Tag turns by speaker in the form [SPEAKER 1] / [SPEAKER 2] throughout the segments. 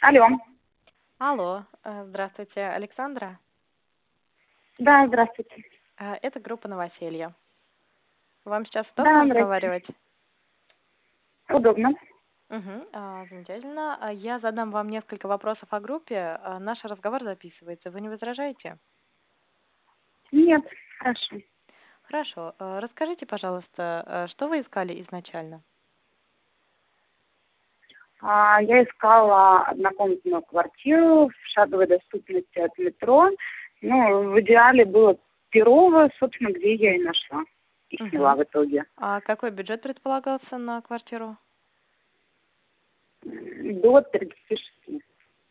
[SPEAKER 1] Алло.
[SPEAKER 2] Алло, э, здравствуйте, Александра.
[SPEAKER 1] Да, здравствуйте.
[SPEAKER 2] Э, Это группа «Новоселье». Вам сейчас
[SPEAKER 1] Да,
[SPEAKER 2] удобно
[SPEAKER 1] здрасте.
[SPEAKER 2] разговаривать?
[SPEAKER 1] Удобно.
[SPEAKER 2] Угу, замечательно. А Я задам вам несколько вопросов о группе. А, Наш разговор записывается. Вы не возражаете?
[SPEAKER 1] Нет, хорошо.
[SPEAKER 2] Хорошо. Э, Расскажите, пожалуйста, э, что вы искали изначально?
[SPEAKER 1] А, Я искала однокомнатную квартиру в шаговой доступности от метро. Ну, в идеале было Перово, собственно, где я и нашла. И
[SPEAKER 2] Мгм.
[SPEAKER 1] сняла в итоге.
[SPEAKER 2] А какой бюджет предполагался на квартиру?
[SPEAKER 1] М, До 36.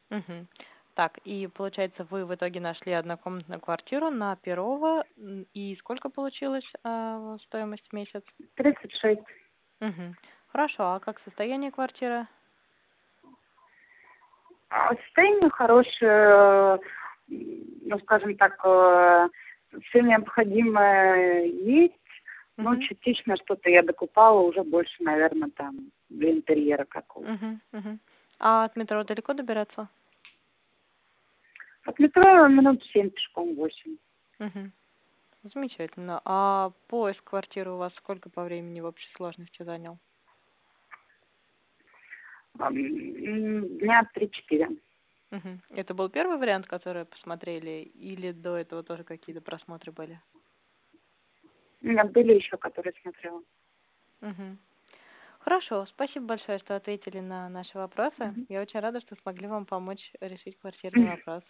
[SPEAKER 2] Угу. Так, и получается, вы в итоге нашли однокомнатную квартиру на Перово, м, и сколько получилась э, стоимость в месяц?
[SPEAKER 1] 36.
[SPEAKER 2] Угу. Хорошо, а как состояние квартиры?
[SPEAKER 1] А Состояние хорошее, м, ну, скажем так, все необходимое есть. Ну,
[SPEAKER 2] Мгм.
[SPEAKER 1] частично что-то я докупала уже больше, наверное, там, для интерьера какого-то.
[SPEAKER 2] Мгм, мгм. А от метро далеко добираться?
[SPEAKER 1] От метро минут семь пешком восемь.
[SPEAKER 2] Мгм. Замечательно. А поиск квартиры у вас сколько по времени в общей сложности занял?
[SPEAKER 1] Ам, м, Дня три-четыре.
[SPEAKER 2] Мгм. Это был первый вариант, который посмотрели, или до этого тоже какие-то просмотры были?
[SPEAKER 1] У меня были еще, которые смотрела.
[SPEAKER 2] Мгм. Хорошо, спасибо большое, что ответили на наши вопросы.
[SPEAKER 1] Мгм.
[SPEAKER 2] Я очень рада, что смогли вам помочь решить квартирный вопрос.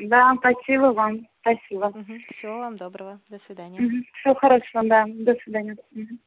[SPEAKER 1] Да, спасибо вам. Спасибо.
[SPEAKER 2] Мгм. Всего вам доброго. До свидания.
[SPEAKER 1] Все хорошо, да. До свидания. Мгм.